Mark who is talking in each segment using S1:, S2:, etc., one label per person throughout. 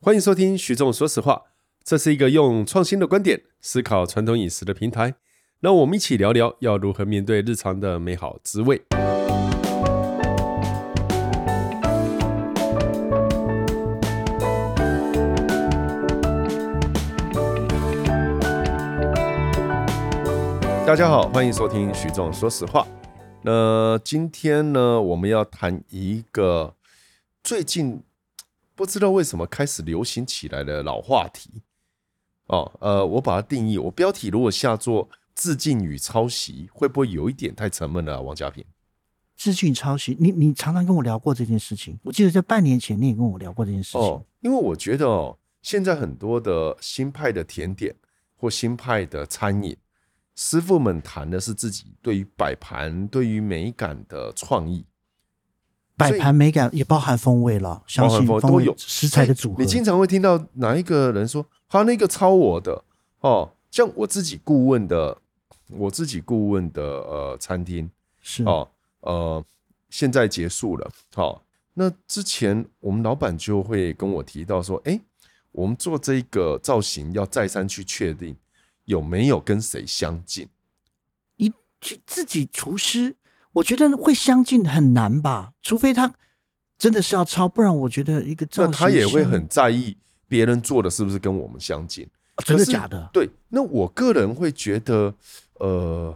S1: 欢迎收听徐总说实话，这是一个用创新的观点思考传统饮食的平台。让我们一起聊聊要如何面对日常的美好滋味。大家好，欢迎收听徐总说实话。那今天呢，我们要谈一个最近不知道为什么开始流行起来的老话题哦。呃，我把它定义，我标题如果下作“致敬与抄袭”，会不会有一点太沉闷了、啊？王家平，
S2: 致敬抄袭，你你常常跟我聊过这件事情，我记得在半年前你也跟我聊过这件事情。
S1: 哦，因为我觉得哦，现在很多的新派的甜点或新派的餐饮，师傅们谈的是自己对于摆盘、对于美感的创意，
S2: 摆
S1: 所以
S2: 盘美感也包含风味了，相信
S1: 风味
S2: 风
S1: 都
S2: 味
S1: 有
S2: 食材的组合
S1: 哎你。经常会听到哪一个人说他那个抄我的哦，像我自己顾问的，我自己顾问的呃餐厅
S2: 是
S1: 哦呃，现在结束了。好、那之前我们老板就会跟我提到说，哎、我们做这个造型要再三去确定有没有跟谁相近。
S2: 你去自己厨师，我觉得会相近很难吧，除非他真的是要抄，不然我觉得一个造
S1: 那
S2: 型
S1: 他也会
S2: 相
S1: 很在意别人做的是不是跟我们相近。
S2: 啊真的
S1: 可是
S2: 假的？
S1: 对，那我个人会觉得，呃，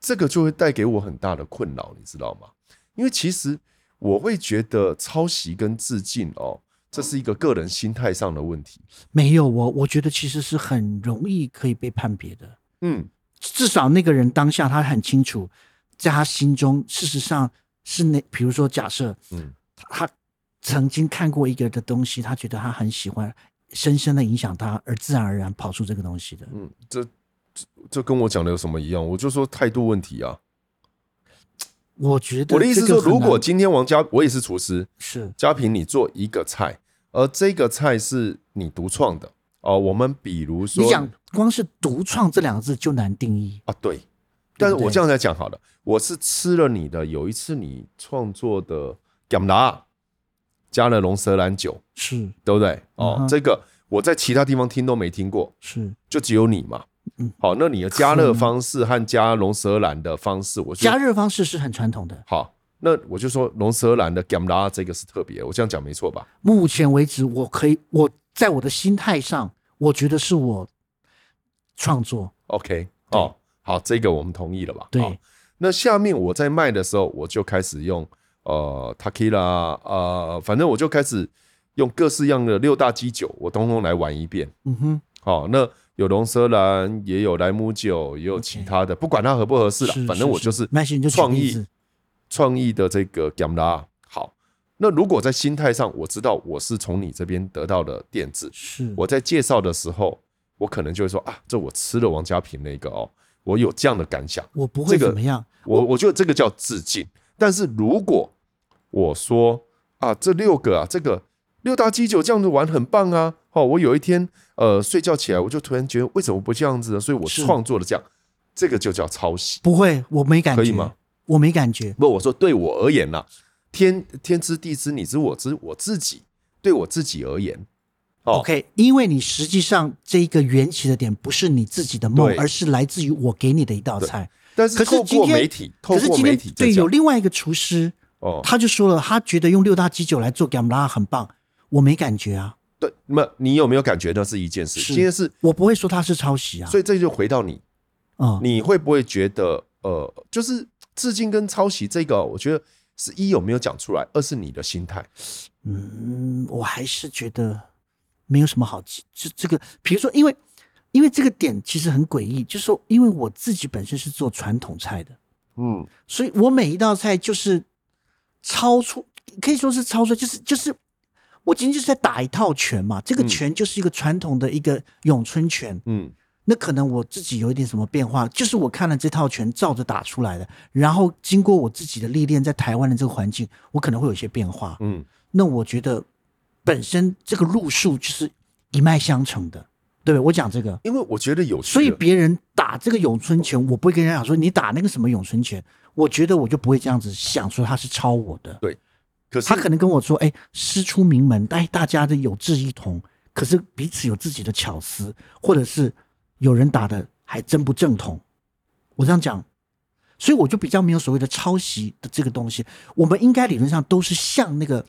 S1: 这个就会带给我很大的困扰，你知道吗？因为其实我会觉得抄袭跟致敬哦，这是一个个人心态上的问题。
S2: 没有我，我觉得其实是很容易可以被判别的。
S1: 嗯，
S2: 至少那个人当下他很清楚，在他心中，事实上是那，比如说假设，
S1: 嗯
S2: 嗯，他曾经看过一个的东西，他觉得他很喜欢，深深的影响他，而自然而然跑出这个东西的。
S1: 嗯，这这这跟我讲的有什么一样？我就说态度问题啊。
S2: 我觉得
S1: 我的意思是说，
S2: 这个很
S1: 如
S2: 难
S1: 果今天王家，我也是厨师，
S2: 是
S1: 嘉平，你做一个菜，而这个菜是你独创的哦。我们比如说，
S2: 你讲光是“独创”这两个字就难定义，
S1: 啊，对。但是
S2: 对不
S1: 我
S2: 对
S1: 这样来讲好了，我是吃了你的有一次你创作的甘达，加了龙舌兰酒，
S2: 是
S1: 对不对？哦，
S2: 嗯哼
S1: 这个我在其他地方听都没听过，
S2: 是
S1: 就只有你嘛。
S2: 嗯，
S1: 好，那你的加热方式和加龙舌兰的方式，我觉
S2: 加
S1: 得
S2: 热方式是很传统的。
S1: 好。那我就说龙舌兰的甘达这个是特别的，我这样讲没错吧？
S2: 目前为止，我可以我在我的心态上，我觉得是我创作
S1: OK，哦，好，这个我们同意了吧？哦
S2: 对。
S1: 好那下面我在卖的时候，我就开始用呃 Takila 呃，反正我就开始用各式样的六大基酒，我通通来玩一遍。
S2: 嗯哼，
S1: 好、那有龙舌兰，也有莱姆酒，也有其他的不管它合不合适啦，反正我就是
S2: 麦先你就举
S1: 创
S2: 例
S1: 意
S2: 子
S1: 创意的这个 Gamla。好，那如果在心态上，我知道我是从你这边得到的电子，
S2: 是
S1: 我在介绍的时候，我可能就会说啊，这我吃了王家平那个哦，我有这样的感想，
S2: 我不会
S1: 这个
S2: 怎么样。
S1: 我我觉得这个叫致敬。但是如果我说啊，这六个啊，这个六大基酒这样子玩很棒啊，哦，我有一天呃睡觉起来，我就突然觉得为什么不这样子呢？所以我
S2: 是
S1: 创作的这样，这个就叫抄袭。
S2: 不会，我没感觉。
S1: 可以吗？
S2: 我没感觉。
S1: 不，我说对我而言呐、啊天天知地知，你知我知，我自己对我自己而言，哦
S2: OK，因为你实际上这一个缘起的点不是你自己的梦
S1: 对，
S2: 而是来自于我给你的一道菜。
S1: 但是
S2: 可是
S1: 透
S2: 今
S1: 过
S2: 天
S1: 媒体，透
S2: 可是
S1: 过
S2: 今
S1: 媒
S2: 天
S1: 体在
S2: 对有
S1: 讲
S2: 另外一个厨师，
S1: 哦，
S2: 他就说了，他觉得用六大基酒来做 gamla 很棒，我没感觉啊，
S1: 对，那么你有没有感觉那是一件事？
S2: 是
S1: 今天是，
S2: 我不会说他是抄袭啊。
S1: 所以这就回到你，
S2: 嗯，
S1: 你会不会觉得呃，就是致敬跟抄袭这个，我觉得是一有没有讲出来，二是你的心态。
S2: 嗯，我还是觉得没有什么好记。这这个，比如说，因为因为这个点其实很诡异，就是说，因为我自己本身是做传统菜的，
S1: 嗯，
S2: 所以我每一道菜就是超出，可以说是超出，就是就是我今天就是在打一套拳嘛。这个
S1: 嗯
S2: 拳就是一个传统的一个咏春拳，
S1: 嗯，
S2: 那可能我自己有一点什么变化，就是我看了这套拳照着打出来的，然后经过我自己的历练，在台湾的这个环境，我可能会有一些变化。
S1: 嗯，
S2: 那我觉得本身这个路数就是一脉相承的，对不对？我讲这个，
S1: 因为我觉得有趣的，
S2: 所以别人打这个咏春拳，我不会跟人家讲说你打那个什么咏春拳，我觉得我就不会这样子想说他是抄我的。
S1: 对，可是
S2: 他可能跟我说：“哎，师出名门，哎，大家的有志一同，可是彼此有自己的巧思，或者是有人打的还真不正统。”我这样讲，所以我就比较没有所谓的抄袭的这个东西。我们应该理论上都是向那个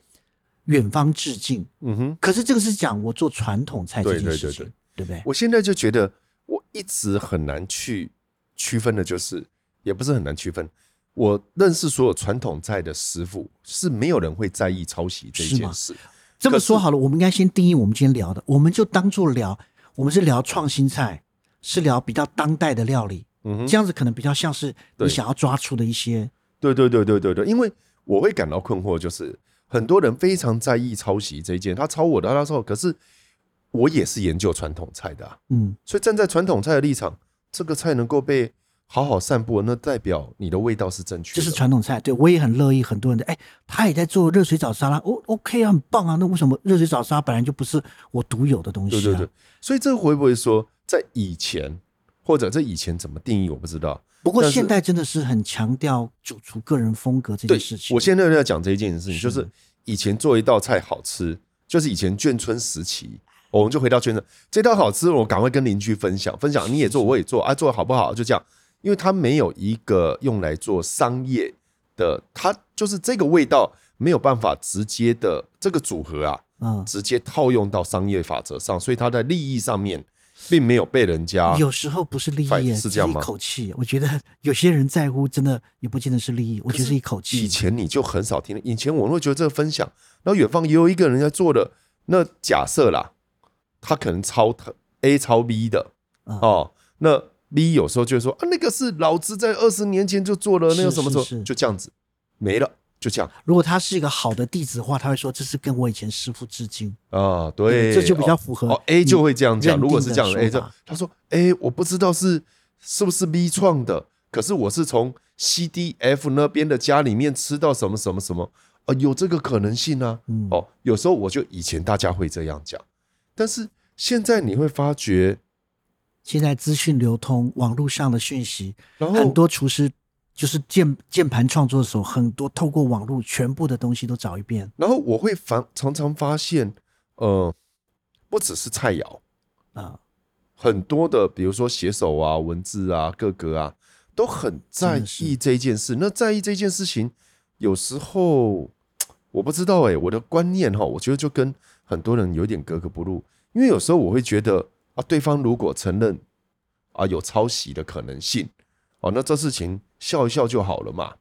S2: 远方致敬，
S1: 嗯哼，
S2: 可是这个是讲我做传统菜这件事情，对不对？
S1: 我现在就觉得我一直很难去区分的，就是也不是很难区分。我认识所有传统菜的师傅，是没有人会在意抄袭这
S2: 是吗
S1: 件事。
S2: 这么说好了，我们应该先定义我们今天聊的，我们就当做聊，我们是聊创新菜，是聊比较当代的料理，
S1: 嗯哼，
S2: 这样子可能比较像是你
S1: 对
S2: 想要抓出的一些，
S1: 对对对对对对，因为我会感到困惑，就是很多人非常在意抄袭这一件，他抄我的，他抄我，可是我也是研究传统菜的、啊，
S2: 嗯，
S1: 所以站在传统菜的立场，这个菜能够被好好散播，那代表你的味道是正确
S2: 这
S1: 的。
S2: 是传统菜。对我也很乐意，很多人的哎，他也在做热水澡沙拉，哦，OK 啊，很棒啊。那为什么热水澡沙拉本来就不是我独有的东西、啊？
S1: 对对对，所以这会不会说在以前，或者这以前怎么定义我不知道。
S2: 不过
S1: 但是
S2: 现代真的是很强调主厨个人风格这
S1: 对
S2: 件事，情。
S1: 我现在就在讲这一件事情，
S2: 是
S1: 就是以前做一道菜好吃，就是以前眷村时期，我们就回到眷村，这道好吃，我赶快跟邻居分享，分享你也做，我也做，啊，做的好不好？就这样，因为它没有一个用来做商业的，它就是这个味道没有办法直接的这个组合啊，
S2: 嗯，
S1: 直接套用到商业法则上，所以它在利益上面并没有被人家
S2: 有时候不是利益
S1: 啊反
S2: 耶，
S1: 是这样
S2: 一
S1: 吗
S2: 口气。我觉得有些人在乎，真的也不见得是利益，我觉得是一口
S1: 以
S2: 气。
S1: 前你就很少听，以前我会觉得这个分享，然后远方也有一个人在做的，那假设啦，他可能抄他 A 抄 B 的
S2: 嗯
S1: 哦，那 B 有时候就会说啊，那个是老子在二十年前就做了，那个
S2: 是
S1: 什么时候
S2: 是是
S1: 就这样子没了，就这样
S2: 如果他是一个好的弟子的话，他会说这是跟我以前师傅致敬。
S1: 啊，对，
S2: 这就比较
S1: 哦
S2: 符合
S1: 哦，A
S2: 你
S1: 就会这样讲，
S2: 认
S1: 如果是
S2: 定的
S1: 这样
S2: 说
S1: ，A 就
S2: 法
S1: 他说，哎，我不知道是是不是 B 创的，可是我是从 C D F 那边的家里面吃到什么什么什么，啊，有这个可能性啊。
S2: 嗯，
S1: 哦，有时候我就以前大家会这样讲，但是现在你会发觉，
S2: 现在资讯流通，网络上的讯息，
S1: 然后
S2: 很多厨师就是键键盘创作手，很多透过网络全部的东西都找一遍。
S1: 然后我会反常常发现，呃，不只是菜肴，
S2: 啊、
S1: 很多的，比如说写手啊、文字啊、各个啊，都很在
S2: 真的
S1: 意这件事。那在意这件事情，有时候我不知道哎、我的观念哈，我觉得就跟很多人有点格格不入，因为有时候我会觉得啊，对方如果承认啊有抄袭的可能性，哦，那这事情笑一笑就好了嘛。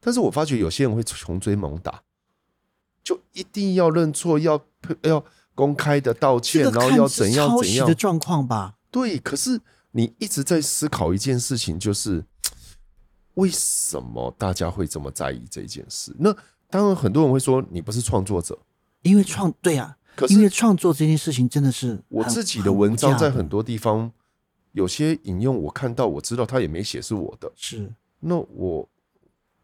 S1: 但是我发觉有些人会穷追猛打，就一定要认错，要呃要公开的道歉，
S2: 这个
S1: 然后
S2: 看
S1: 要
S2: 是
S1: 怎样
S2: 抄
S1: 怎
S2: 袭
S1: 样
S2: 的状况吧。
S1: 对，可是你一直在思考一件事情，就是为什么大家会这么在意这件事？那当然，很多人会说你不是创作者，
S2: 因为创对啊，
S1: 可
S2: 因为
S1: 是
S2: 创作这件事情真的是
S1: 我
S2: 很
S1: 自己
S2: 很
S1: 的
S2: 无
S1: 文章
S2: 价
S1: 在
S2: 的
S1: 很多地方有些引用，我看到我知道他也没写是我的，
S2: 是
S1: 那我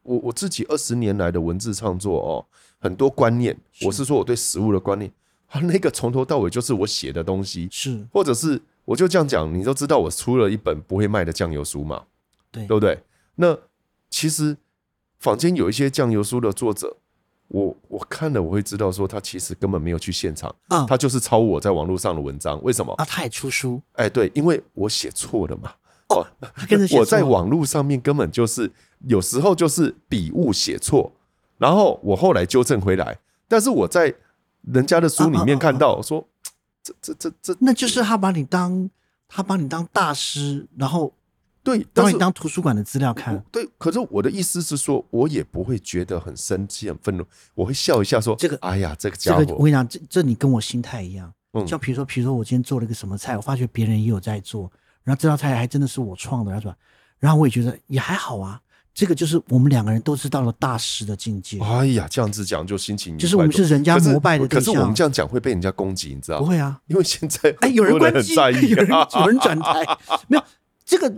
S1: 我我自己二十年来的文字创作哦，很多观念，我
S2: 是
S1: 是说我对食物的观念，啊，那个从头到尾就是我写的东西，
S2: 是，
S1: 或者是我就这样讲，你都知道我出了一本不会卖的酱油书嘛，
S2: 对
S1: 对不对？那其实坊间有一些酱油书的作者，我我看了我会知道说他其实根本没有去现场，
S2: 啊
S1: 他就是抄我在网络上的文章。为什么？
S2: 啊，他也出书，
S1: 哎，对，因为我写错了嘛。哦，
S2: 他跟着写
S1: 我在
S2: 作
S1: 网络上面根本就是有时候就是笔误写错，然后我后来纠正回来，但是我在人家的
S2: 啊
S1: 书里面看到说，这这这这
S2: 那就是他把你当他把你当大师，然后
S1: 对，但
S2: 把
S1: 是
S2: 你当图书馆的资料看
S1: 我，对，可是我的意思是说，我也不会觉得很生气、很愤怒，我会笑一下说：“
S2: 这个
S1: 哎呀，这个
S2: 这
S1: 家
S2: 个我
S1: 伙，
S2: 跟你讲，这这你跟我心态一样。
S1: 嗯
S2: 像比如说，比如说我今天做了一个什么菜，我发觉别人也有在做，然后这道菜还真的是我创的，然后什么，然后我也觉得也还好啊。这个就是我们两个人都知道了大师的境界，
S1: 哎呀，这样子讲就心情愉快多”
S2: 就是我们是人家
S1: 可是
S2: 膜拜的
S1: 可
S2: 对
S1: 是我们
S2: 象
S1: 这。样讲会被人家攻击，你知道
S2: 不
S1: 吗？
S2: 会啊，
S1: 因为现在
S2: 哎，有人
S1: 很多
S2: 关
S1: 人很
S2: 机，
S1: 在意，啊
S2: 有人有人转台，没有这个，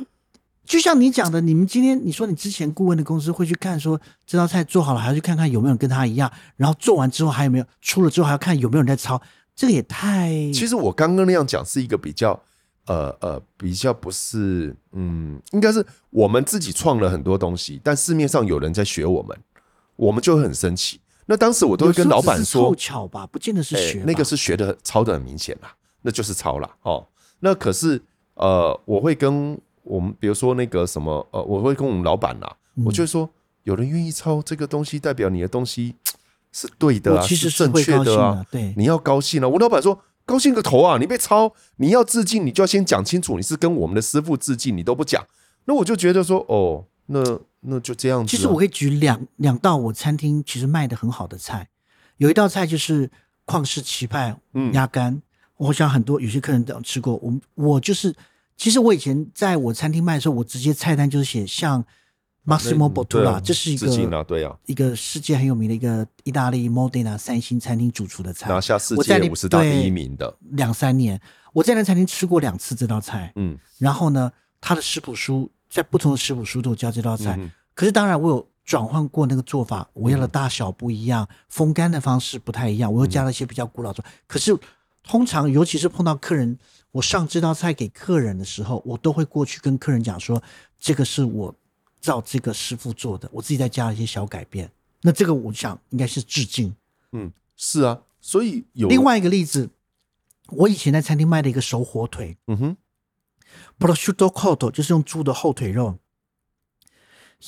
S2: 就像你讲的，你们今天你说你之前顾问的公司会去看说这道菜做好了，还要去看看有没有人跟他一样，然后做完之后还有没有出了之后还要看有没有人在抄，这个也太
S1: 其实我刚刚那样讲是一个比较，呃呃，比较不是，嗯，应该是我们自己创了很多东西，但市面上有人在学我们，我们就会很生气。那当时我都会跟老板说
S2: 有时候只是凑，巧吧，不见得是
S1: 哎
S2: 学吧、
S1: 那个是学的抄的很明显啦，那就是抄啦哦。那可是呃，我会跟我们比如说那个什么呃，我会跟我们老板啦，我
S2: 嗯
S1: 就会说有人愿意抄这个东西，代表你的东西嘖是对的
S2: 我
S1: 啊，
S2: 其实
S1: 是正
S2: 会
S1: 确
S2: 高兴
S1: 的啊，
S2: 对，
S1: 你要高兴啊！我老板说高兴个头啊！你被抄，你要致敬，你就要先讲清楚，你是跟我们的师傅致敬，你都不讲，那我就觉得说，哦，那那就这样子啊、
S2: 其实我可以举两两道我餐厅其实卖的很好的菜，有一道菜就是旷世奇派
S1: 嗯
S2: 鸭肝，我想很多有些客人都吃过。我们我就是，其实我以前在我餐厅卖的时候，我直接菜单就是写像 Massimo
S1: 对啊
S2: Bottura，这是一
S1: 致敬啊，
S2: 个
S1: 对啊，
S2: 一个世界很有名的一个意大利 Modena 三星餐厅主厨的菜
S1: 拿，下世
S2: 我在
S1: 界
S2: 那
S1: 五十大第一
S2: 对
S1: 名的，
S2: 两三年我在那餐厅吃过两次这道菜，
S1: 嗯，
S2: 然后呢，他的食谱书在不同的食谱书都有教这道菜。
S1: 嗯哼
S2: 可是当然，我有转换过那个做法，我要的大小不一样，风干的方式不太一样，我又加了一些比较古老做。可是通常，尤其是碰到客人，我上这道菜给客人的时候，我都会过去跟客人讲说，这个是我照这个师傅做的，我自己再加了一些小改变。那这个我想应该是致敬。
S1: 嗯，是啊，所以有
S2: 另，外一个例子，我以前在餐厅卖的一个熟火腿，
S1: 嗯哼，
S2: prosciutto cotto 就是用猪的后腿肉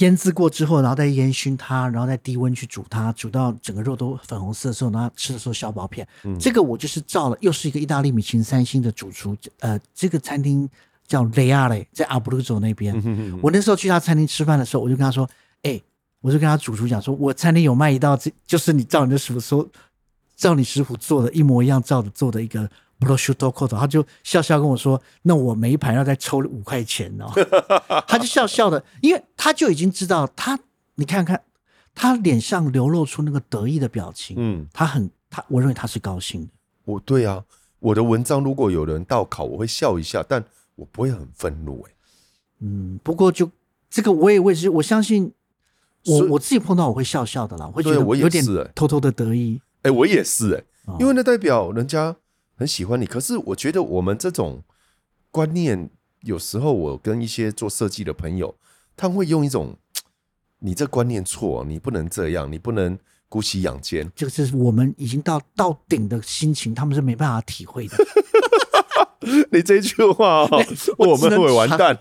S2: 腌制过之后，然后再烟熏它，然后再低温去煮它，煮到整个肉都粉红色的时候，然后吃的时候削薄片。这个我就是照了，又是一个意大利米其林三星的主厨，呃，这个餐厅叫雷亚雷，在阿布鲁佐那边。
S1: 嗯哼嗯哼
S2: 我那时候去他餐厅吃饭的时候，我就跟他说：“哎、我就跟他主厨讲说，我餐厅有卖一道，这就是你照你的师傅说，照你师傅做的一模一样，照着做的一个 prosciutto c o t o 他就笑笑跟我说：“那我每一盘要再抽五块钱 哦。”他就笑笑的，因为他就已经知道他，你看看他脸上流露出那个得意的表情，
S1: 嗯，
S2: 他很他，我认为他是高兴的。
S1: 我对啊，我的文章如果有人盗拷，我会笑一下，但我不会很愤怒、欸，
S2: 嗯，不过就这个我也我也是，我相信我
S1: 所以
S2: 我自己碰到我会笑笑的啦，我会觉
S1: 对
S2: 得
S1: 我也
S2: 有点
S1: 是欸
S2: 偷偷的得意。
S1: 哎、我也是、欸，
S2: 哦
S1: 因为那代表人家很喜欢你。可是我觉得我们这种观念，有时候我跟一些做设计的朋友，他们会用一种“你这观念错，你不能这样，你不能姑息养奸”，
S2: 这个是我们已经到到顶的心情，他们是没办法体会的。，
S1: 你这一句话、哦我
S2: 我只
S1: 们
S2: 能
S1: 会完蛋。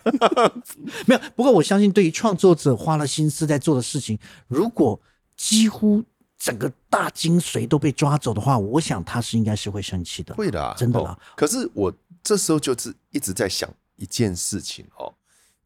S2: 没有，不过我相信，对于创作者花了心思在做的事情，如果几乎整个大精髓都被抓走的话，我想他是应该是会生气的。
S1: 会啦，
S2: 真的
S1: 哦
S2: 啦
S1: 可是我这时候就是一直在想一件事情哦，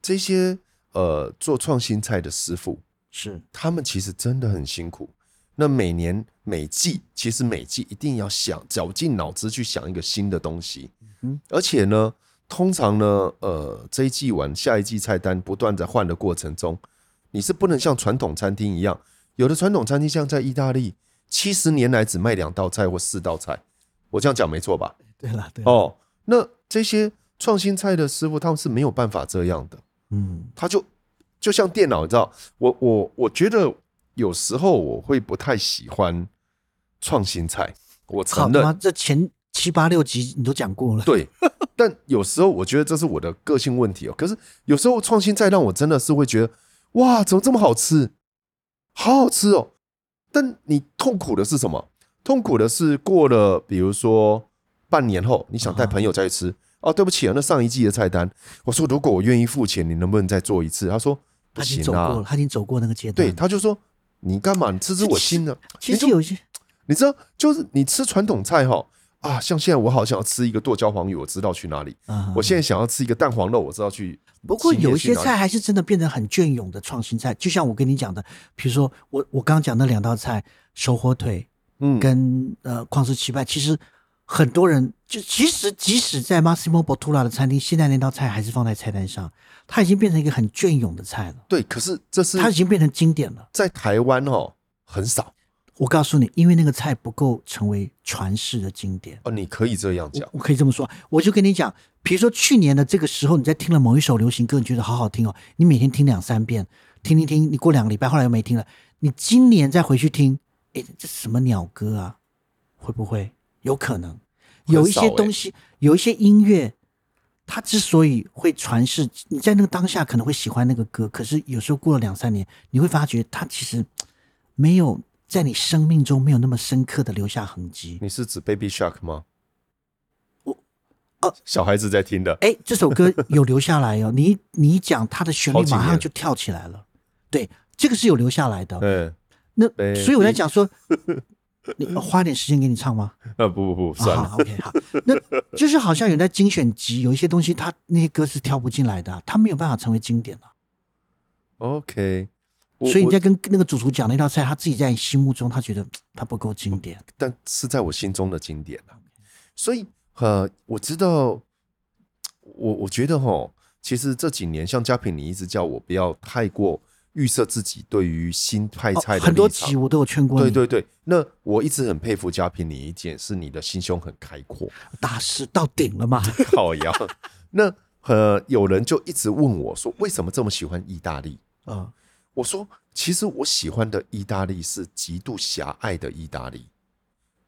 S1: 这些呃做创新菜的师傅，
S2: 是，
S1: 他们其实真的很辛苦。那每年每季，其实每季一定要想绞尽脑汁去想一个新的东西。
S2: 嗯
S1: 而且呢，通常呢，呃，这一季完下一季菜单不断的换的过程中，你是不能像传统餐厅一样，有的传统餐厅像在意大利，七十年来只卖两道菜或四道菜，我这样讲没错吧？
S2: 对了，对啦，
S1: 哦，那这些创新菜的师傅他们是没有办法这样的。
S2: 嗯，
S1: 它就就像电脑，你知道，我我我觉得有时候我会不太喜欢创新菜，我
S2: 好
S1: 承
S2: 他妈，
S1: 认
S2: 这前七八六集你都讲过了，
S1: 对，但有时候我觉得这是我的个性问题哦。可是有时候创新菜让我真的是会觉得，哇，怎么这么好吃，好好吃哦。但你痛苦的是什么？痛苦的是过了，比如说半年后，你想带朋
S2: 啊
S1: 友再去吃，哦，对不起啊，那上一季的菜单，我说如果我愿意付钱，你能不能再做一次？他说不
S2: 他已经
S1: 行
S2: 走过
S1: 啊
S2: 了，，嗯他已经走过那个阶段
S1: 对，
S2: 了。
S1: 他就说你干嘛？你吃吃我心的。
S2: 其实有一些
S1: 你知道，就是你吃传统菜哈啊，像现在我好想要吃一个剁椒黄鱼，我知道去哪里。
S2: 啊，
S1: 我现在想要吃一个蛋黄肉，我知道去。
S2: 不过有一些
S1: 新店去哪
S2: 菜
S1: 里，
S2: 还是真的变得很隽永的创新菜，就像我跟你讲的，比如说我我刚刚讲那两道菜，熟火腿
S1: 嗯，
S2: 跟、呃旷世奇派，其实很多人就其实即使在 Massimo Bottura 的餐厅，现在那道菜还是放在菜单上，它已经变成一个很隽永的菜了，
S1: 对，可是这是
S2: 它已经变成经典了。
S1: 在台湾哦很少
S2: 我告诉你，因为那个菜不够成为传世的经典。
S1: 哦，你可以这样讲
S2: 我，我可以这么说，啊我就跟你讲，比如说去年的这个时候，你在听了某一首流行歌，你觉得好好听哦，你每天听两三遍，听听听，你过两个礼拜，后来又没听了，你今年再回去听，诶，这什么鸟歌啊？会不会有可能
S1: 很少
S2: 有一些
S1: 诶
S2: 东西，有一些音乐，它之所以会传世，你在那个当下可能会喜欢那个歌，可是有时候过了两三年，你会发觉它其实没有在你生命中没有那么深刻的留下痕迹。
S1: 你是指 Baby Shark 吗？
S2: 我
S1: 哦，小孩子在听的，
S2: 哎，这首歌有留下来哦，你一你一讲它的旋律
S1: 好几年
S2: 马上就跳起来了，对，这个是有留下来的。
S1: 嗯，
S2: 那
S1: 对
S2: 所以我在讲说，你呃花点时间给你唱吗？
S1: 呃，不不不，算
S2: 啊
S1: 了，
S2: 好，OK，好，那就是好像有人在精选集，有一些东西它那些歌是挑不进来的啊，它没有办法成为经典了。
S1: OK，我
S2: 所以你
S1: 我
S2: 在跟那个主厨讲那道菜，他自己在心目中他觉得它不够经典。
S1: 但是在我心中的经典啊。所以呃，我知道，我我觉得哈，其实这几年像佳平，你一直叫我不要太过预设自己对于新派
S2: 哦
S1: 菜的、
S2: 很多集。我都有劝过你，
S1: 对对对，那我一直很佩服佳平你一点，是你的心胸很开阔。
S2: 大师到顶了嘛。
S1: 靠腰。那呃，有人就一直问我说，为什么这么喜欢意大利？
S2: 啊，
S1: 我说，其实我喜欢的意大利是极度狭隘的意大利。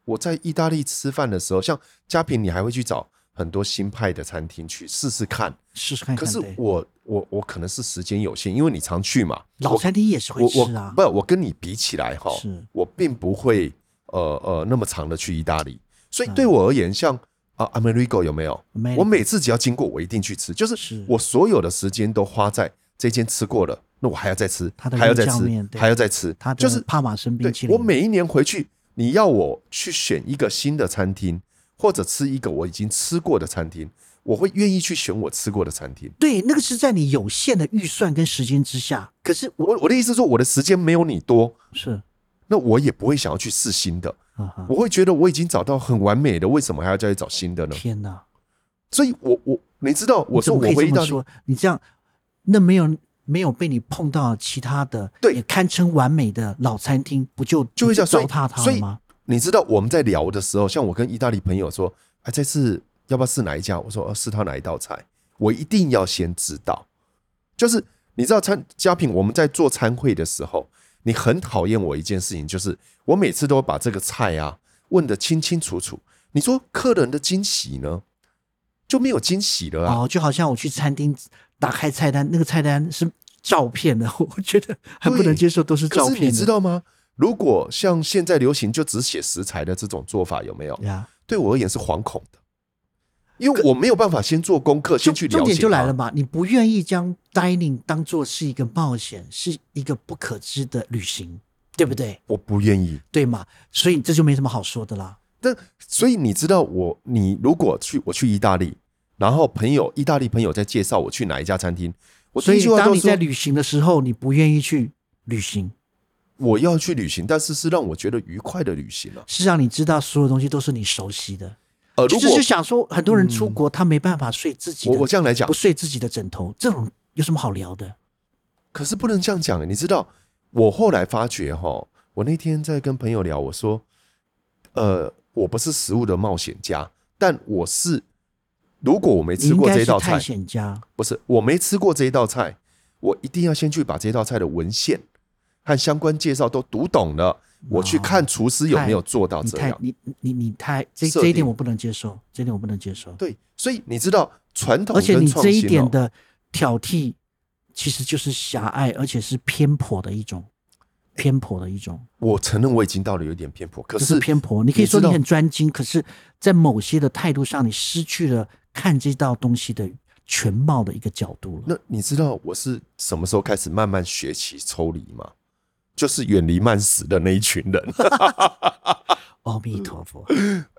S1: 我在意大利吃饭的时候，像佳平，你还会去找很多新派的餐厅去试试看。
S2: 试试看
S1: 可
S2: 看。
S1: 是
S2: 对
S1: 我我我可能是时间有限，因为你常去嘛，
S2: 老
S1: 我
S2: 餐厅也是会
S1: 我我
S2: 吃啊，
S1: 不，我跟你比起来哈
S2: 是，
S1: 我并不会呃呃那么长的去意大利，所以
S2: 嗯
S1: 对我而言，像啊 Amerigo 有没有？
S2: Amerigo
S1: 我每次只要经过，我一定去吃，就是
S2: 是
S1: 我所有的时间都花在这间吃过了，那我还要再吃
S2: 它，的
S1: 还要再
S2: 肉酱面
S1: 吃，
S2: 对
S1: 还要再吃
S2: 他，
S1: 就是
S2: 帕玛森冰
S1: 对
S2: 淇淋，
S1: 我每一年回去，你要我去选一个新的餐厅，或者吃一个我已经吃过的餐厅，我会愿意去选我吃过的餐厅。
S2: 对那个是在你有限的预算跟时间之下，可是我
S1: 我我的意思是说，我的时间没有你多，
S2: 是
S1: 那我也不会想要去试新的。
S2: 啊哈，
S1: 我会觉得我已经找到很完美的，为什么还要再去找新的呢？
S2: 天哪！
S1: 所以我，我你知道，我
S2: 你怎
S1: 说我
S2: 么可以
S1: 回
S2: 这么
S1: 到
S2: 说，你这样那没有没有被你碰到其他的
S1: 对
S2: 也堪称完美的老餐厅，不就
S1: 就会这样，所
S2: 糟
S1: 以
S2: 蹋它
S1: 所
S2: 了
S1: 以
S2: 吗？
S1: 你知道我们在聊的时候，像我跟意大利朋友说，哎，这次要不要试哪一家？我说，哦，试他哪一道菜？我一定要先知道。就是你知道餐佳品，我们在做餐会的时候，你很讨厌我一件事情，就是我每次都把这个菜啊问得清清楚楚。你说客人的惊喜呢，就没有惊喜了啊。
S2: 哦，就好像我去餐厅打开菜单，那个菜单是照片的， 我觉得很不能接受，都是
S1: 可
S2: 照
S1: 是你
S2: 片
S1: 知
S2: 的
S1: 道吗？如果像现在流行就只写食材的这种做法，有没有？
S2: 呀。
S1: 对我而言是惶恐的，因为我没有办法先做功课，先去
S2: 重
S1: 了解它。
S2: 重点就来了嘛，你不愿意将 dining 当做是一个冒险，是一个不可知的旅行，对不对？
S1: 我不愿意。
S2: 对嘛，所以这就没什么好说的啦。
S1: 但所以你知道我，你如果去我去意大利，然后朋友意大利朋友在介绍我去哪一家餐厅，我
S2: 所
S1: 第一
S2: 以
S1: 句话
S2: 当
S1: 都
S2: 你在
S1: 说
S2: 旅行的时候，你不愿意去旅行，
S1: 我要去旅行，但是是让我觉得愉快的旅行啊。
S2: 是让你知道所有东西都是你熟悉的。
S1: 呃，
S2: 就
S1: 如
S2: 是
S1: 果
S2: 就想说，很多人出国他没办法睡自己的，
S1: 我我这样来讲
S2: 不，睡自己的枕头，这种有什么好聊的？
S1: 可是不能这样讲，你知道，我后来发觉哈，我那天在跟朋友聊，我说，呃，我不是食物的冒险家，但我是，如果我没
S2: 你
S1: 吃
S2: 应
S1: 过
S2: 该
S1: 这
S2: 是
S1: 道
S2: 探
S1: 菜，
S2: 险家，
S1: 不是我没吃过这一道菜，我一定要先去把这道菜的文献和相关介绍都读懂了，我去看厨师有没有做到
S2: 你
S1: 这
S2: 太
S1: 样。
S2: 你你你太这
S1: 设
S2: 这一点
S1: 定
S2: 我不能接受，这一点我不能接受。
S1: 对，所以你知道传统
S2: 而且
S1: 跟
S2: 你
S1: 创
S2: 这一
S1: 新、
S2: 点
S1: 哦，
S2: 的挑剔，其实就是狭隘，而且是偏颇的一种，偏颇的一种，
S1: 我承认我已经到了有点偏颇，哎可
S2: 就是
S1: 是
S2: 偏颇。你可以
S1: 你
S2: 说
S1: 知
S2: 你
S1: 道
S2: 很专精，可是，在某些的态度上，你失去了看这道东西的全貌的一个角度了。
S1: 那你知道我是什么时候开始慢慢学习抽离吗？就是远离慢死的那一群人。
S2: 阿弥
S1: 嗯
S2: 陀佛，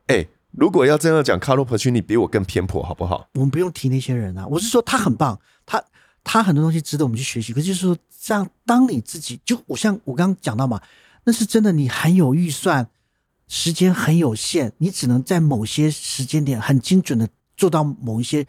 S1: 哎、如果要这样讲，卡洛普逊你比我更偏颇，好不好？
S2: 我们不用提那些人啊，我是说他很棒，他他很多东西值得我们去学习。可是就是说，这样当你自己就我像我刚刚讲到嘛，那是真的，你很有预算，时间很有限，你只能在某些时间点很精准的做到某一些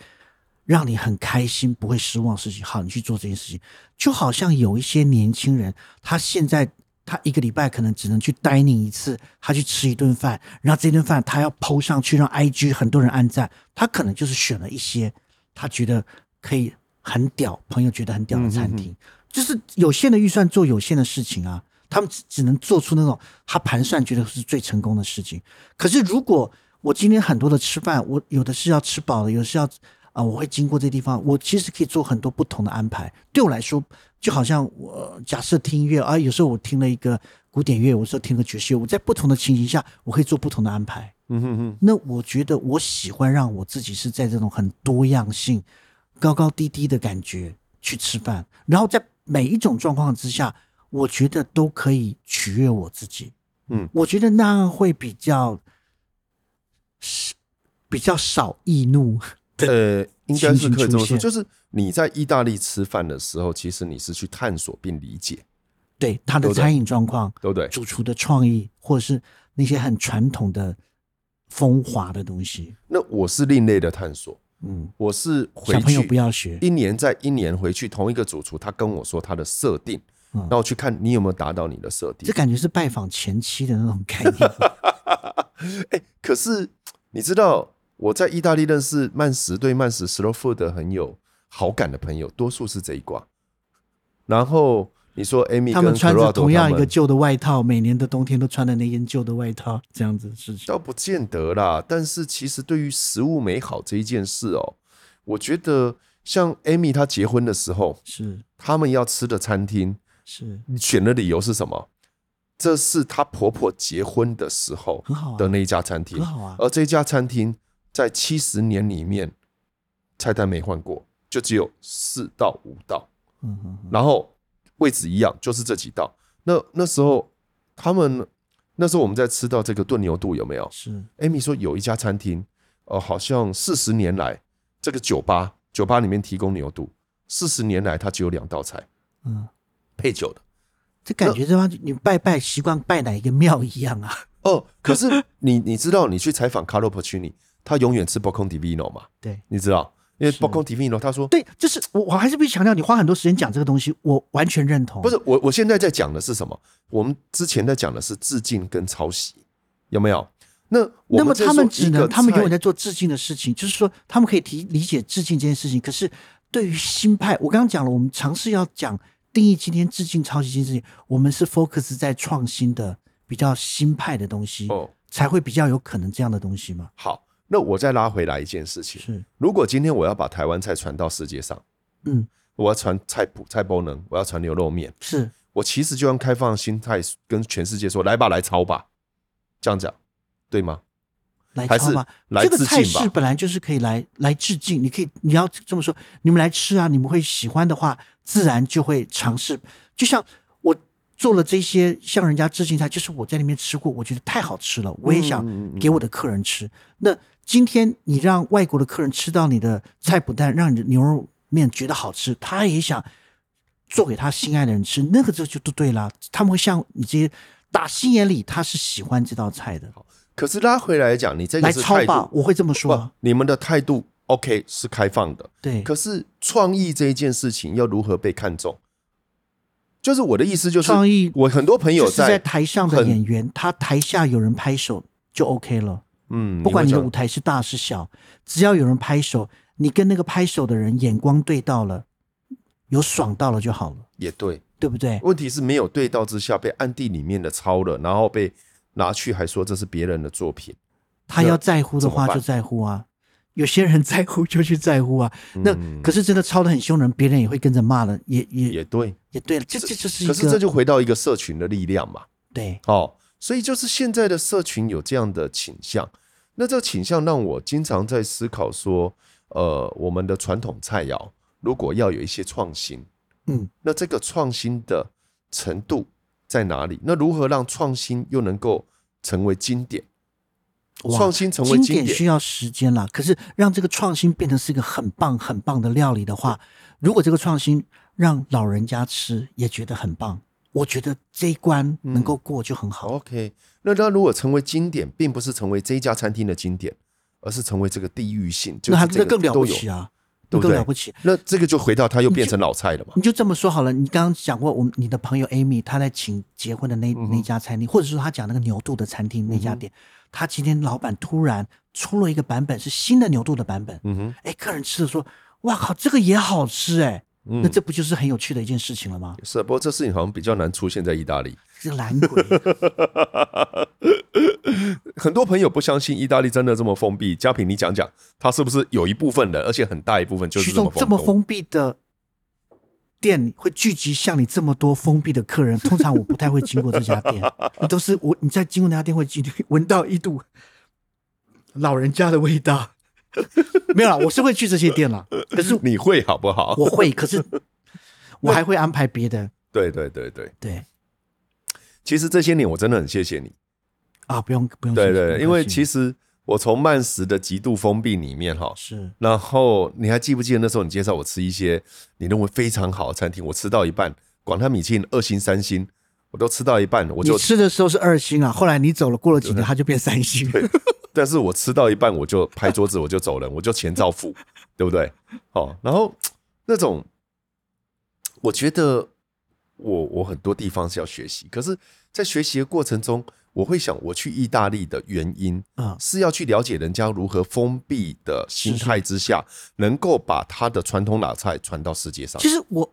S2: 让你很开心、不会失望的事情。好，你去做这件事情，就好像有一些年轻人，他现在。他一个礼拜可能只能去 dining 一次，他去吃一顿饭，然后这顿饭他要 PO 上去，让 IG 很多人按赞。他可能就是选了一些他觉得可以很屌，朋友觉得很屌的餐厅，就是有限的预算做有限的事情啊。他们只只能做出那种他盘算觉得是最成功的事情。可是如果我今天很多的吃饭，我有的是要吃饱了，有的是要啊、我会经过这地方，我其实可以做很多不同的安排。对我来说，就好像我呃假设听音乐啊，有时候我听了一个古典乐，我说听个爵士乐，我在不同的情形下，我可以做不同的安排。
S1: 嗯哼哼，
S2: 那我觉得我喜欢让我自己是在这种很多样性、高高低低的感觉去吃饭，然后在每一种状况之下，我觉得都可以取悦我自己。
S1: 嗯
S2: 我觉得那样会比较是比较少易怒。
S1: 呃，应该是可以这么
S2: 情形出
S1: 说，
S2: 现
S1: 就是你在意大利吃饭的时候，其实你是去探索并理解，
S2: 对他的
S1: 对
S2: 餐饮状况、
S1: 对不对？
S2: 主厨的创意，或者是那些很传统的风华的东西，
S1: 那我是另类的探索，
S2: 嗯，
S1: 我是回
S2: 小朋友
S1: 去
S2: 不要学。
S1: 一年再一年回去同一个主厨，他跟我说他的设定，
S2: 嗯
S1: 然后去看你有没有达到你的设定
S2: 这。感觉是拜访前妻的那种概念，
S1: 哎、可是你知道我在意大利认识曼食对曼食 slow food 很有好感的朋友，多数是这一挂。然后你说 Amy
S2: 他
S1: 跟
S2: 们
S1: c
S2: 穿
S1: o r
S2: 着
S1: a d
S2: 同样一个旧的外套，每年的冬天都穿的那件旧的外套，这样子的事情。
S1: 倒不见得啦，但是其实对于食物美好这一件事哦，我觉得像 Amy 她结婚的时候，
S2: 是
S1: 他们要吃的餐厅
S2: 是，
S1: 选的理由是什么？这是她婆婆结婚的时候
S2: 很好啊
S1: 的那哦一家餐厅
S2: 很，好啊。
S1: 而这家餐厅在七十年里面菜单没换过，就只有四到五道，
S2: 嗯嗯嗯，
S1: 然后位置一样，就是这几道。那那时候他们那时候我们在吃到这个炖牛肚有没有？
S2: 是
S1: Amy 说有一家餐厅，呃，好像四十年来这个酒吧酒吧里面提供牛肚，四十年来它只有两道菜
S2: 嗯，
S1: 配酒的。
S2: 这感觉就像你拜拜习惯拜哪一个庙一样啊。
S1: 哦，可是你 你知道，你去采访 Carlo Pacini，他永远吃 Bocon Divino 嘛？
S2: 对
S1: 你知道，因为
S2: 是
S1: Bocon Divino 他说
S2: 对，就是我我还是必须强调，你花很多时间讲这个东西，我完全认同。
S1: 不是我，我现在在讲的是什么？我们之前在讲的是致敬跟抄袭，有没有？那我
S2: 那么
S1: 在
S2: 他们
S1: 说
S2: 只
S1: 一个
S2: 能，他们
S1: 菜
S2: 永远在做致敬的事情，就是说他们可以提理解致敬这件事情。可是对于新派，我刚刚讲了，我们尝试要讲定义今天致敬、抄袭这件事情，我们是 focus 在创新的比较新派的东西，
S1: 哦
S2: 才会比较有可能这样的东西嘛。
S1: 好。那我再拉回来一件事情，
S2: 是，
S1: 如果今天我要把台湾菜传到世界上，
S2: 嗯，
S1: 我要传菜谱、菜包能，我要传牛肉面，
S2: 是
S1: 我其实就用开放心态跟全世界说：“来吧，来抄吧。”这样讲对吗？
S2: 来
S1: 还是
S2: 抄吧。
S1: 来
S2: 这个
S1: 致
S2: 菜
S1: 敬吧
S2: 式本来就是可以来来致敬，你可以你要这么说，你们来吃啊，你们会喜欢的话，自然就会尝试。就像我做了这些向人家致敬菜，就是我在那边吃过，我觉得太好吃了，我也
S1: 嗯
S2: 想
S1: 嗯嗯
S2: 给我的客人吃。那今天你让外国的客人吃到你的菜脯蛋，让你的牛肉面觉得好吃，他也想做给他心爱的人吃，那个就就都对啦。他们会像你这些打心眼里他是喜欢这道菜的。
S1: 可是拉回来讲，你这
S2: 来
S1: 个是
S2: 抄
S1: 态
S2: 吧，
S1: 度，
S2: 我会这么说
S1: 不
S2: 啊。，
S1: 你们的态度 OK 是开放的，
S2: 对，
S1: 可是创意这一件事情要如何被看重？就是我的意思，就是
S2: 创意
S1: 我很多朋友
S2: 就是在台上的
S1: 很
S2: 演员，他台下有人拍手就 OK 了，
S1: 嗯，
S2: 不管
S1: 你
S2: 你
S1: 会
S2: 的
S1: 讲
S2: 舞台是大是小，只要有人拍手，你跟那个拍手的人眼光对到了，有爽到了就好了，
S1: 也对，
S2: 对不对？
S1: 问题是没有对到之下被暗地里面的抄了，然后被拿去还说这是别人的作品。
S2: 他要在乎的
S1: 怎么
S2: 话
S1: 办
S2: 就在乎啊，有些人在乎就去在乎啊。那
S1: 嗯
S2: 可是真的抄的很凶的人，别人也会跟着骂了，也
S1: 也
S2: 也
S1: 对，
S2: 也对了，这这就是一
S1: 可是这
S2: 个
S1: 就回到一个社群的力量嘛。
S2: 对，
S1: 哦，所以就是现在的社群有这样的倾向，那这个倾向让我经常在思考说，呃，我们的传统菜肴如果要有一些创新，
S2: 嗯，
S1: 那这个创新的程度在哪里？那如何让创新又能够成为经典？
S2: 哇
S1: 创新成为
S2: 经
S1: 经
S2: 典需要时间啦，可是让这个创新变成是一个很棒很棒的料理的话，如果这个创新让老人家吃也觉得很棒，我觉得这一关能够过就很好。
S1: OK，那它如果成为经典，并不是成为这一家餐厅的经典，而是成为这个地域性，就
S2: 那
S1: 是
S2: 他
S1: 这
S2: 这
S1: 个
S2: 更了不
S1: 都有
S2: 起啊，
S1: 对
S2: 那
S1: 不
S2: 更
S1: 对
S2: 了不起。
S1: 那这个就回到它又变成老菜了嘛？
S2: 你就这么说好了。你刚刚讲过，我们你的朋友 Amy，她在请结婚
S1: 嗯
S2: 的那那家餐厅，或者说她讲那个牛肚的餐厅那家店，她今天老板突然出了一个版本是新的牛肚的版本，
S1: 嗯哼，
S2: 哎，客人吃了说，哇靠，这个也好吃哎、
S1: 嗯
S2: 那这不就是很有趣的一件事情 了吗？
S1: 是啊，不过这事情好像比较难出现在意大利。
S2: 这个懒鬼，
S1: 很多朋友不相信意大利真的这么封闭。嘉平，你讲讲，他是不是有一部分人，而且很大一部分就是
S2: 徐
S1: 这么
S2: 总
S1: 封
S2: 这么
S1: 封？
S2: 封闭的店会聚集像你这么多封闭的客 人，通常我不太会经过这家店，你都是我你在经过那家店会 进去闻到一股老人家的味道。 没有啦，我是会去这些店啦，可是
S1: 你会好不好？
S2: 我 会，可是我还会安排别的。
S1: 对对对对，
S2: 对
S1: 其实这些年我真的很谢谢你。
S2: 啊，不用不用谢谢，
S1: 对对，因为其
S2: 实
S1: 实我从曼食的极度封闭里面哈，
S2: 是
S1: 然后你还记不记得那时候你介绍我吃一些你认为非常好的餐厅？我吃到一半，管它米其林二星三星，我都吃到一半，我
S2: 你
S1: 就，
S2: 吃的时候是二星啊，后来你走了，过了几年它就变三星。
S1: 啊但是我吃到一半我就拍桌子，我就走人，我就钱照 付，对不对？哦，然后那种，我觉得我我很多地方是要学习，可是，在学习的过程中，我会想我去意大利的原因，
S2: 嗯，
S1: 是要去了解人家如何封闭的心态之下，能够把他的传统老菜传到世界上
S2: 其。实我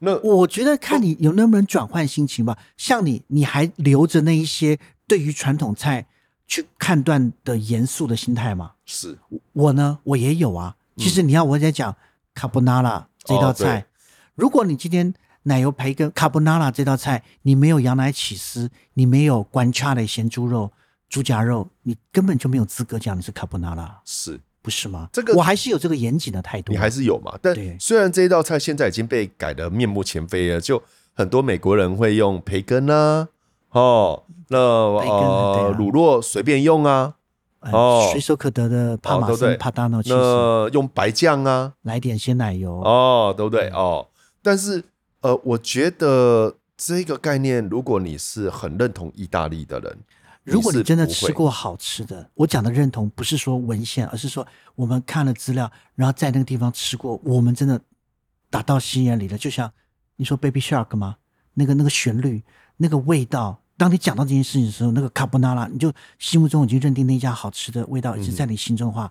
S1: 那
S2: 我觉得
S1: 哦
S2: 看你有能不能转换心情吧。像你，你还留着那一些对于传统菜去判断的严肃的心态吗？
S1: 是
S2: 我呢，我也有啊。其实你要我在讲卡布纳拉这道菜，
S1: 嗯哦对
S2: 如果你今天奶油培根卡布纳拉这道菜，你没有羊奶起司，你没有关卡的咸猪肉、猪夹肉，你根本就没有资格讲你是卡布纳拉，
S1: 是，
S2: 不是吗？
S1: 这个
S2: 我还是有这个严谨的态度。
S1: 你还是有嘛？但
S2: 对
S1: 虽然这一道菜现在已经被改得面目全非了，就很多美国人会用培根啊，哦，那
S2: 培根啊对
S1: 呃
S2: 啊
S1: 乳酪随便用啊，
S2: 呃
S1: 哦
S2: 随手可得的帕
S1: 哦
S2: 玛
S1: 对不
S2: 森、
S1: 对
S2: 帕达诺起司，
S1: 那用白酱啊，
S2: 来点鲜奶油。
S1: 哦，对不
S2: 嗯
S1: 对？哦，但是呃，我觉得这个概念，如果你是很认同意大利的人，
S2: 如果你真的
S1: 是不会
S2: 吃，过好吃的，我讲的认同不是说文献，而是说我们看了资料，然后在那个地方吃过，我们真的打到心眼里了。就像你说 Baby Shark 吗？那个那个旋律，那个味道。当你讲到这件事情的时候，那个卡布纳拉，你就心目中已经认定那家好吃的味道
S1: 嗯
S2: 一直在你心中的话，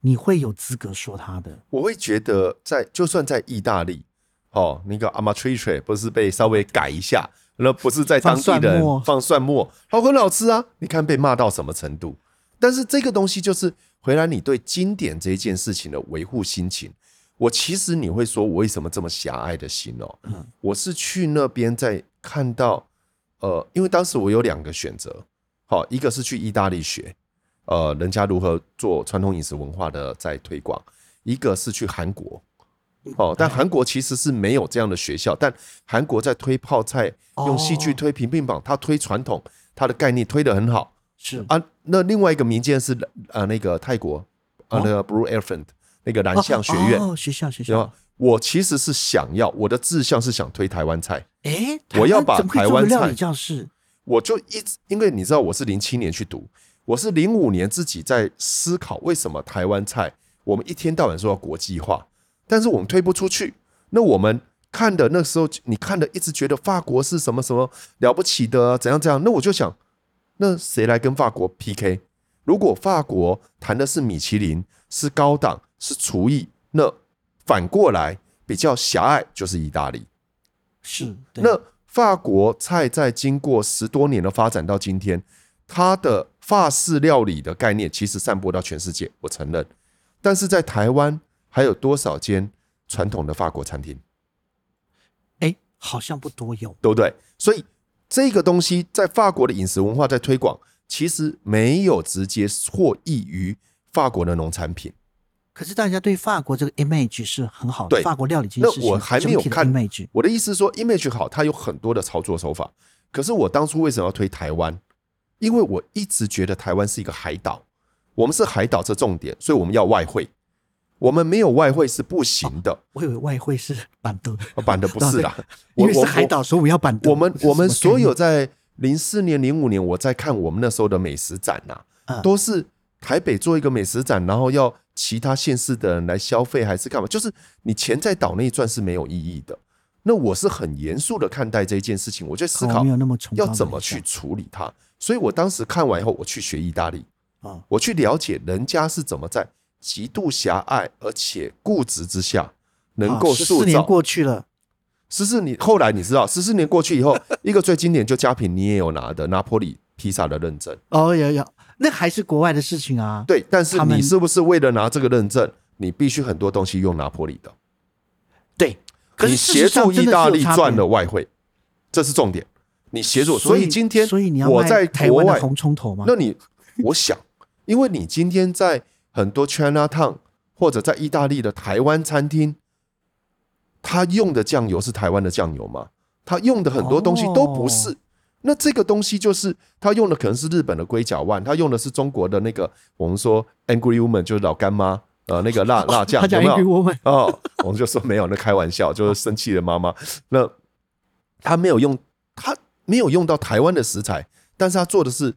S2: 你会有资格说它的。
S1: 我会觉得在就算在意大利，哦，那个 amatrice 不是被稍微改一下，那不是在当地
S2: 放
S1: 的
S2: 蒜
S1: 人
S2: 末
S1: 放蒜末，好很好吃啊！你看被骂到什么程度？但是这个东西就是回来你对经典这一件事情的维护心情。我其实你会说，我为什么这么狭隘的心哦？
S2: 嗯
S1: 我是去那边在看到，呃，因为当时我有两个选择，好，一个是去意大利学，呃，人家如何做传统饮食文化的在推广；一个是去韩国，
S2: 嗯
S1: 哦，
S2: 哎
S1: 但韩国其实是没有这样的学校，但韩国在推泡菜，用戏剧
S2: 哦
S1: 推评病榜，它推传统，它的概念推得很好
S2: 是
S1: 啊。那另外一个民间是呃那个泰国呃
S2: 哦
S1: 那个 Blue Elephant 那个蓝象学院，
S2: 哦，学校学
S1: 然后
S2: 校。
S1: 我其实是想要我的志向是想推台湾菜，
S2: 哎，
S1: 我要
S2: 台湾
S1: 把
S2: 怎么可以做个
S1: 台湾菜
S2: 料理教室
S1: 我就一直，因为你知道我是零七年去读，我是零五年自己在思考为什么台湾菜我们一天到晚说要国际化，但是我们推不出去。那我们看的那时候，你看的一直觉得法国是什么什么了不起的、啊，怎样怎样。那我就想，那谁来跟法国 PK？如果法国谈的是米其林，是高档，是厨艺，那反过来比较狭隘就是意大利。
S2: 是对
S1: 那法国菜在经过十多年的发展到今天，它的法式料理的概念其实散播到全世界，我承认。但是在台湾还有多少间传统的法国餐厅，
S2: 哎，好像不多有。
S1: 对不对？所以这个东西在法国的饮食文化在推广，其实没有直接获益于法国的农产品。
S2: 可是大家对法国这个 image 是很好的，
S1: 对
S2: 法国料理这
S1: 那
S2: 件事情，
S1: 我还没有
S2: 整体的
S1: 看
S2: image。
S1: 我的意思是说，image 好，它有很多的操作手法。可是我当初为什么要推台湾？因为我一直觉得台湾是一个海岛，我们是海岛这重点，所以我们要外汇。我们没有外汇是不行的，
S2: 我以为外汇是板凳，。
S1: 呃板的不是啦
S2: 哦因
S1: 我
S2: 为是
S1: 我
S2: 海岛，所以我们要板凳。
S1: 我们
S2: 这是
S1: 我们
S2: 什么
S1: 所
S2: 概
S1: 有
S2: 念
S1: 在零四年、零五年，我在看我们那时候的美食展呐、
S2: 嗯
S1: 都是台北做一个美食展，然后要其他县市的人来消费还是干嘛？就是你钱在岛内赚是没有意义的。那我是很严肃的看待这一件事情，我就思
S2: 哦
S1: 考
S2: 没有那么崇高
S1: 要
S2: 的
S1: 怎么
S2: 理
S1: 去
S2: 想
S1: 处理它。所以我当时看完以后，我去学意大利，
S2: 啊
S1: 我去了解人家是怎么在极度狭隘而且固执之下，能够塑
S2: 啊四年
S1: 造
S2: 过去了，
S1: 十四年后来你知道，十四年过去以后， 一个最经典就佳品你也有拿的拿坡里披萨的认证，
S2: 哦，有有，那还是国外的事情啊。，
S1: 对，但是
S2: 他们
S1: 你是不是为了拿这个认证，你必须很多东西用拿坡里的？
S2: 对可
S1: 你
S2: 是事实
S1: 协
S2: 上
S1: 助
S2: 真
S1: 意
S2: 的
S1: 大
S2: 是有
S1: 利
S2: 差别
S1: 赚了外汇，这是重点。你协助，所
S2: 以
S1: 以今天
S2: 所以你要
S1: 我
S2: 卖
S1: 在
S2: 台
S1: 国
S2: 湾
S1: 外
S2: 的红葱头吗？
S1: 那你，我想，因为你今天在很多 China Town 或者在意大利的台湾餐厅，他用的酱油是台湾的酱油吗？他用的很多东西都不是。
S2: 哦
S1: 那这个东西就是他用的可能是日本的龟甲万，他用的是中国的那个我们说 Angry Woman 就是老干妈呃那个辣辣酱，
S2: 他
S1: 有
S2: 讲
S1: 没有？
S2: 一句我们
S1: 哦， 我们就说没有，那开玩笑，就是生气的妈妈。那他没有用，他没有用到台湾的食材，但是他做的是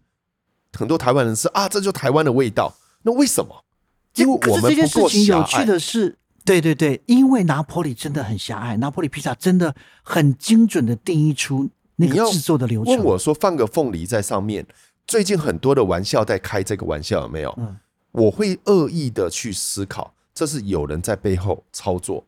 S1: 很多台湾人吃啊，这就台湾的味道。那为什么？
S2: 这
S1: 因为
S2: 可
S1: 我
S2: 是
S1: 们
S2: 这件
S1: 不
S2: 事
S1: 够
S2: 情
S1: 狭
S2: 有趣
S1: 隘。
S2: 的是，对对对，因为拿破里真的很狭隘，拿破里披萨真的很精准的定义出那
S1: 你
S2: 个
S1: 要
S2: 制作的流程。
S1: 问我说放个凤梨在上面，最近很多的玩笑在开这个玩笑，有没有？
S2: 嗯
S1: 我会恶意的去思考，这是有人在背后操作。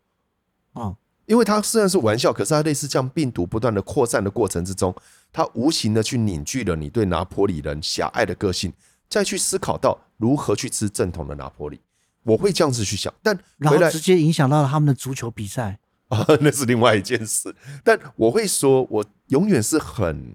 S2: 哦，
S1: 因为它虽然是玩笑，可是它类似这样病毒不断的扩散的过程之中，它无形的去凝聚了你对拿破里人狭隘的个性，再去思考到如何去吃正统的拿破里。我会这样子去想，但
S2: 然
S1: 回
S2: 后
S1: 来
S2: 直接影响到了他们的足球比赛。
S1: 啊，那是另外一件事。但我会说，我永远是很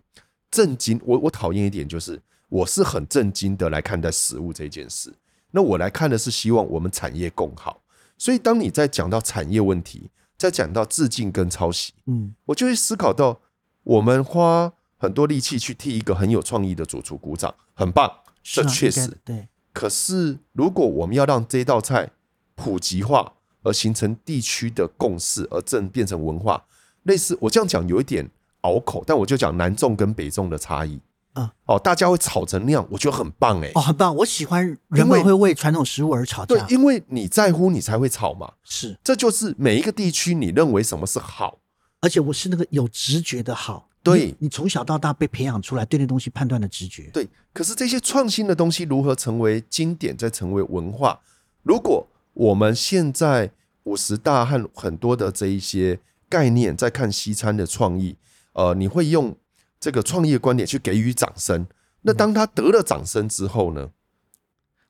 S1: 震惊。我我讨厌一点就是，我是很震惊的来看待食物这件事。那我来看的是希望我们产业更好。所以，当你在讲到产业问题，在讲到致敬跟抄袭，
S2: 嗯，
S1: 我就会思考到，我们花很多力气去替一个很有创意的主厨鼓掌，很棒，
S2: 是
S1: 这
S2: 啊
S1: 确
S2: 应该
S1: 实。哎
S2: 对。
S1: 可是，如果我们要让这道菜普及化，而形成地区的共识，而正变成文化，类似我这样讲有一点拗口，但我就讲南粽跟北粽的差异。
S2: 啊，
S1: 哦，大家会吵成那样，我觉得很棒哎、
S2: 哦，很棒！我喜欢人
S1: 因为
S2: 们会为传统食物而吵
S1: 对
S2: 架，，
S1: 因为你在乎，你才会吵嘛。
S2: 是，
S1: 这就是每一个地区，你认为什么是好，
S2: 而且我是那个有直觉的好。
S1: 对
S2: 你你从小到大被培养出来对那东西判断的直觉。
S1: 对，可是这些创新的东西如何成为经典，再成为文化？如果我们现在五十大和很多的这一些概念，在看西餐的创意，呃，你会用这个创意的观点去给予掌声。
S2: 嗯
S1: 那当他得了掌声之后呢？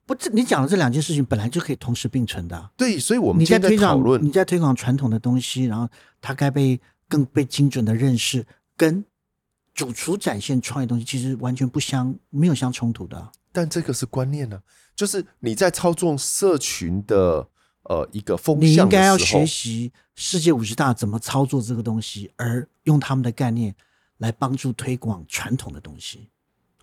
S2: 不，这你讲的这两件事情本来就可以同时并存的啊、
S1: 对，所以我们
S2: 你在
S1: 今天
S2: 推
S1: 在讨
S2: 广
S1: 论
S2: 你在推广传统的东西，然后它该被更被精准的认识，跟主厨展现创意东西其实完全不相没有相冲突的啊。
S1: 但这个是观念呢、啊就是你在操纵社群的呃一个风
S2: 你
S1: 向
S2: 应该要
S1: 的时候
S2: 学，习世界五十大怎么操作这个东西，而用他们的概念来帮助推广传统的东西。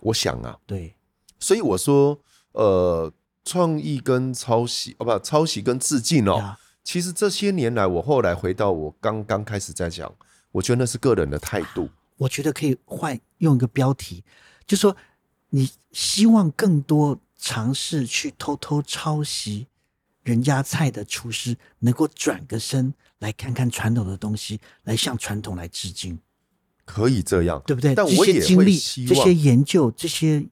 S1: 我想啊，
S2: 对，
S1: 所以我说，呃，创意跟抄袭，哦不，抄袭跟致敬哦，
S2: 啊
S1: 其实这些年来，我后来回到我刚刚开始在讲，我觉得那是个人的态度。
S2: 我觉得可以换用一个标题，就说你希望更多尝试去偷偷抄袭人家菜的厨师，能够转个身来看看传统的东西，来向传统来致敬，
S1: 可以这样，
S2: 啊对不对？
S1: 但
S2: 这
S1: 我也
S2: 些经
S1: 会
S2: 历、
S1: 希
S2: 这些
S1: 望，
S2: 研究、这些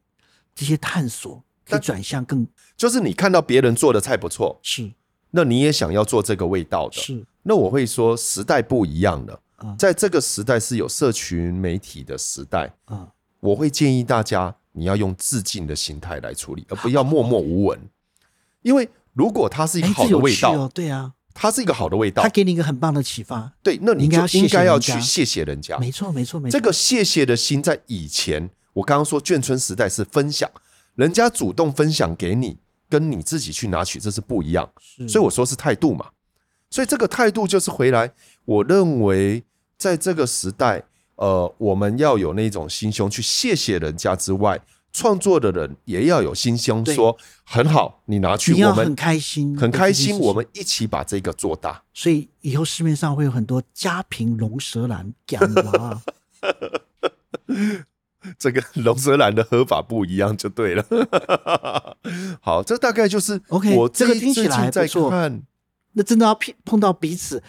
S2: 这些探索，可以转向更
S1: 就是你看到别人做的菜不错，
S2: 是
S1: 那你也想要做这个味道的。
S2: 是
S1: 那我会说，时代不一样了
S2: 啊，
S1: 在这个时代是有社群媒体的时代，
S2: 啊、
S1: 我会建议大家，你要用致敬的心态来处理，而不要默默无闻。因为如果它是一个
S2: 嗯，啊哎，
S1: 好
S2: 这
S1: 的
S2: 有
S1: 味
S2: 趣
S1: 道，
S2: 哦，对啊，
S1: 它是一个好的味道
S2: 他，给你一个很棒的启发，
S1: 对，那你
S2: 应该
S1: 就
S2: 要谢谢
S1: 应该要
S2: 人家
S1: 去谢谢人家。
S2: 没错，没错，没错，
S1: 这个谢谢的心，在以前我刚刚说眷村时代是分享，人家主动分享给你，跟你自己去拿取，这是不一样。
S2: 是，
S1: 所以我说是态度嘛。所以这个态度就是回来，我认为在这个时代，呃，我们要有那种心胸去谢谢人家之外，创作的人也要有心胸
S2: 对
S1: 说很好，你拿去，
S2: 你
S1: 我
S2: 要
S1: 们
S2: 很开心，
S1: 很开心，我
S2: 们。
S1: 们一起把这个做大。
S2: 所以以后市面上会有很多家贫龙舌兰讲的啊，
S1: 这个 龙舌兰的喝法不一样就对了。 好，这大概就是
S2: OK，
S1: 我
S2: 这
S1: 最
S2: 个听
S1: 最
S2: 起来不
S1: 近在
S2: 错
S1: 看，
S2: 那真的要碰碰到彼此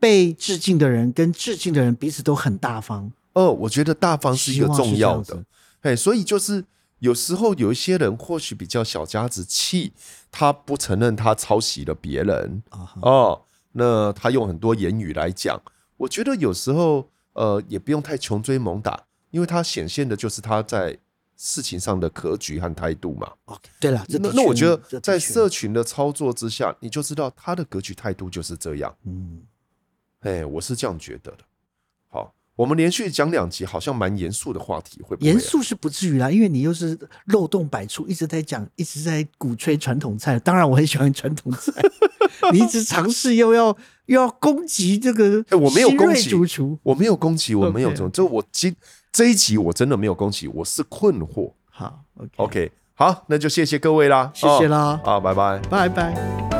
S2: 被致敬的人跟致敬的人彼此都很大方，
S1: 哦，我觉得大方是一
S2: 希
S1: 个
S2: 望
S1: 重
S2: 是这
S1: 要
S2: 样
S1: 的
S2: 子，，
S1: 哎，所以就是有时候有一些人或许比较小家子气，他不承认他抄袭了别人
S2: 啊哈
S1: 哦，那他用很多言语来讲，我觉得有时候呃也不用太穷追猛打，因为他显现的就是他在事情上的格局和态度嘛。
S2: OK，对了，这
S1: 那
S2: 的
S1: 那
S2: 确
S1: 我觉
S2: 这
S1: 得
S2: 的
S1: 在
S2: 确
S1: 社群的操作之下，你就知道他的格局态度就是这样。
S2: 嗯，
S1: 哎，我是这样觉得的。好，我们连续讲两集，好像蛮严肃的话题，会不会、啊？
S2: 严肃是不至于啦，因为你又是漏洞百出，一直在讲，一直在鼓吹传统菜。当然，我很喜欢传 统菜，你一直尝试又要又要攻击这个
S1: 哎我没有
S2: 新锐
S1: 攻击
S2: 主厨。
S1: 我没有攻击，我没有
S2: OK
S1: 这种，就我今这一集我真的没有攻击，我是困惑。
S2: 好，OK，
S1: OK，好，那就谢谢各位啦，
S2: 谢谢
S1: 哦，
S2: 啦，
S1: 啊，拜拜。
S2: 拜拜。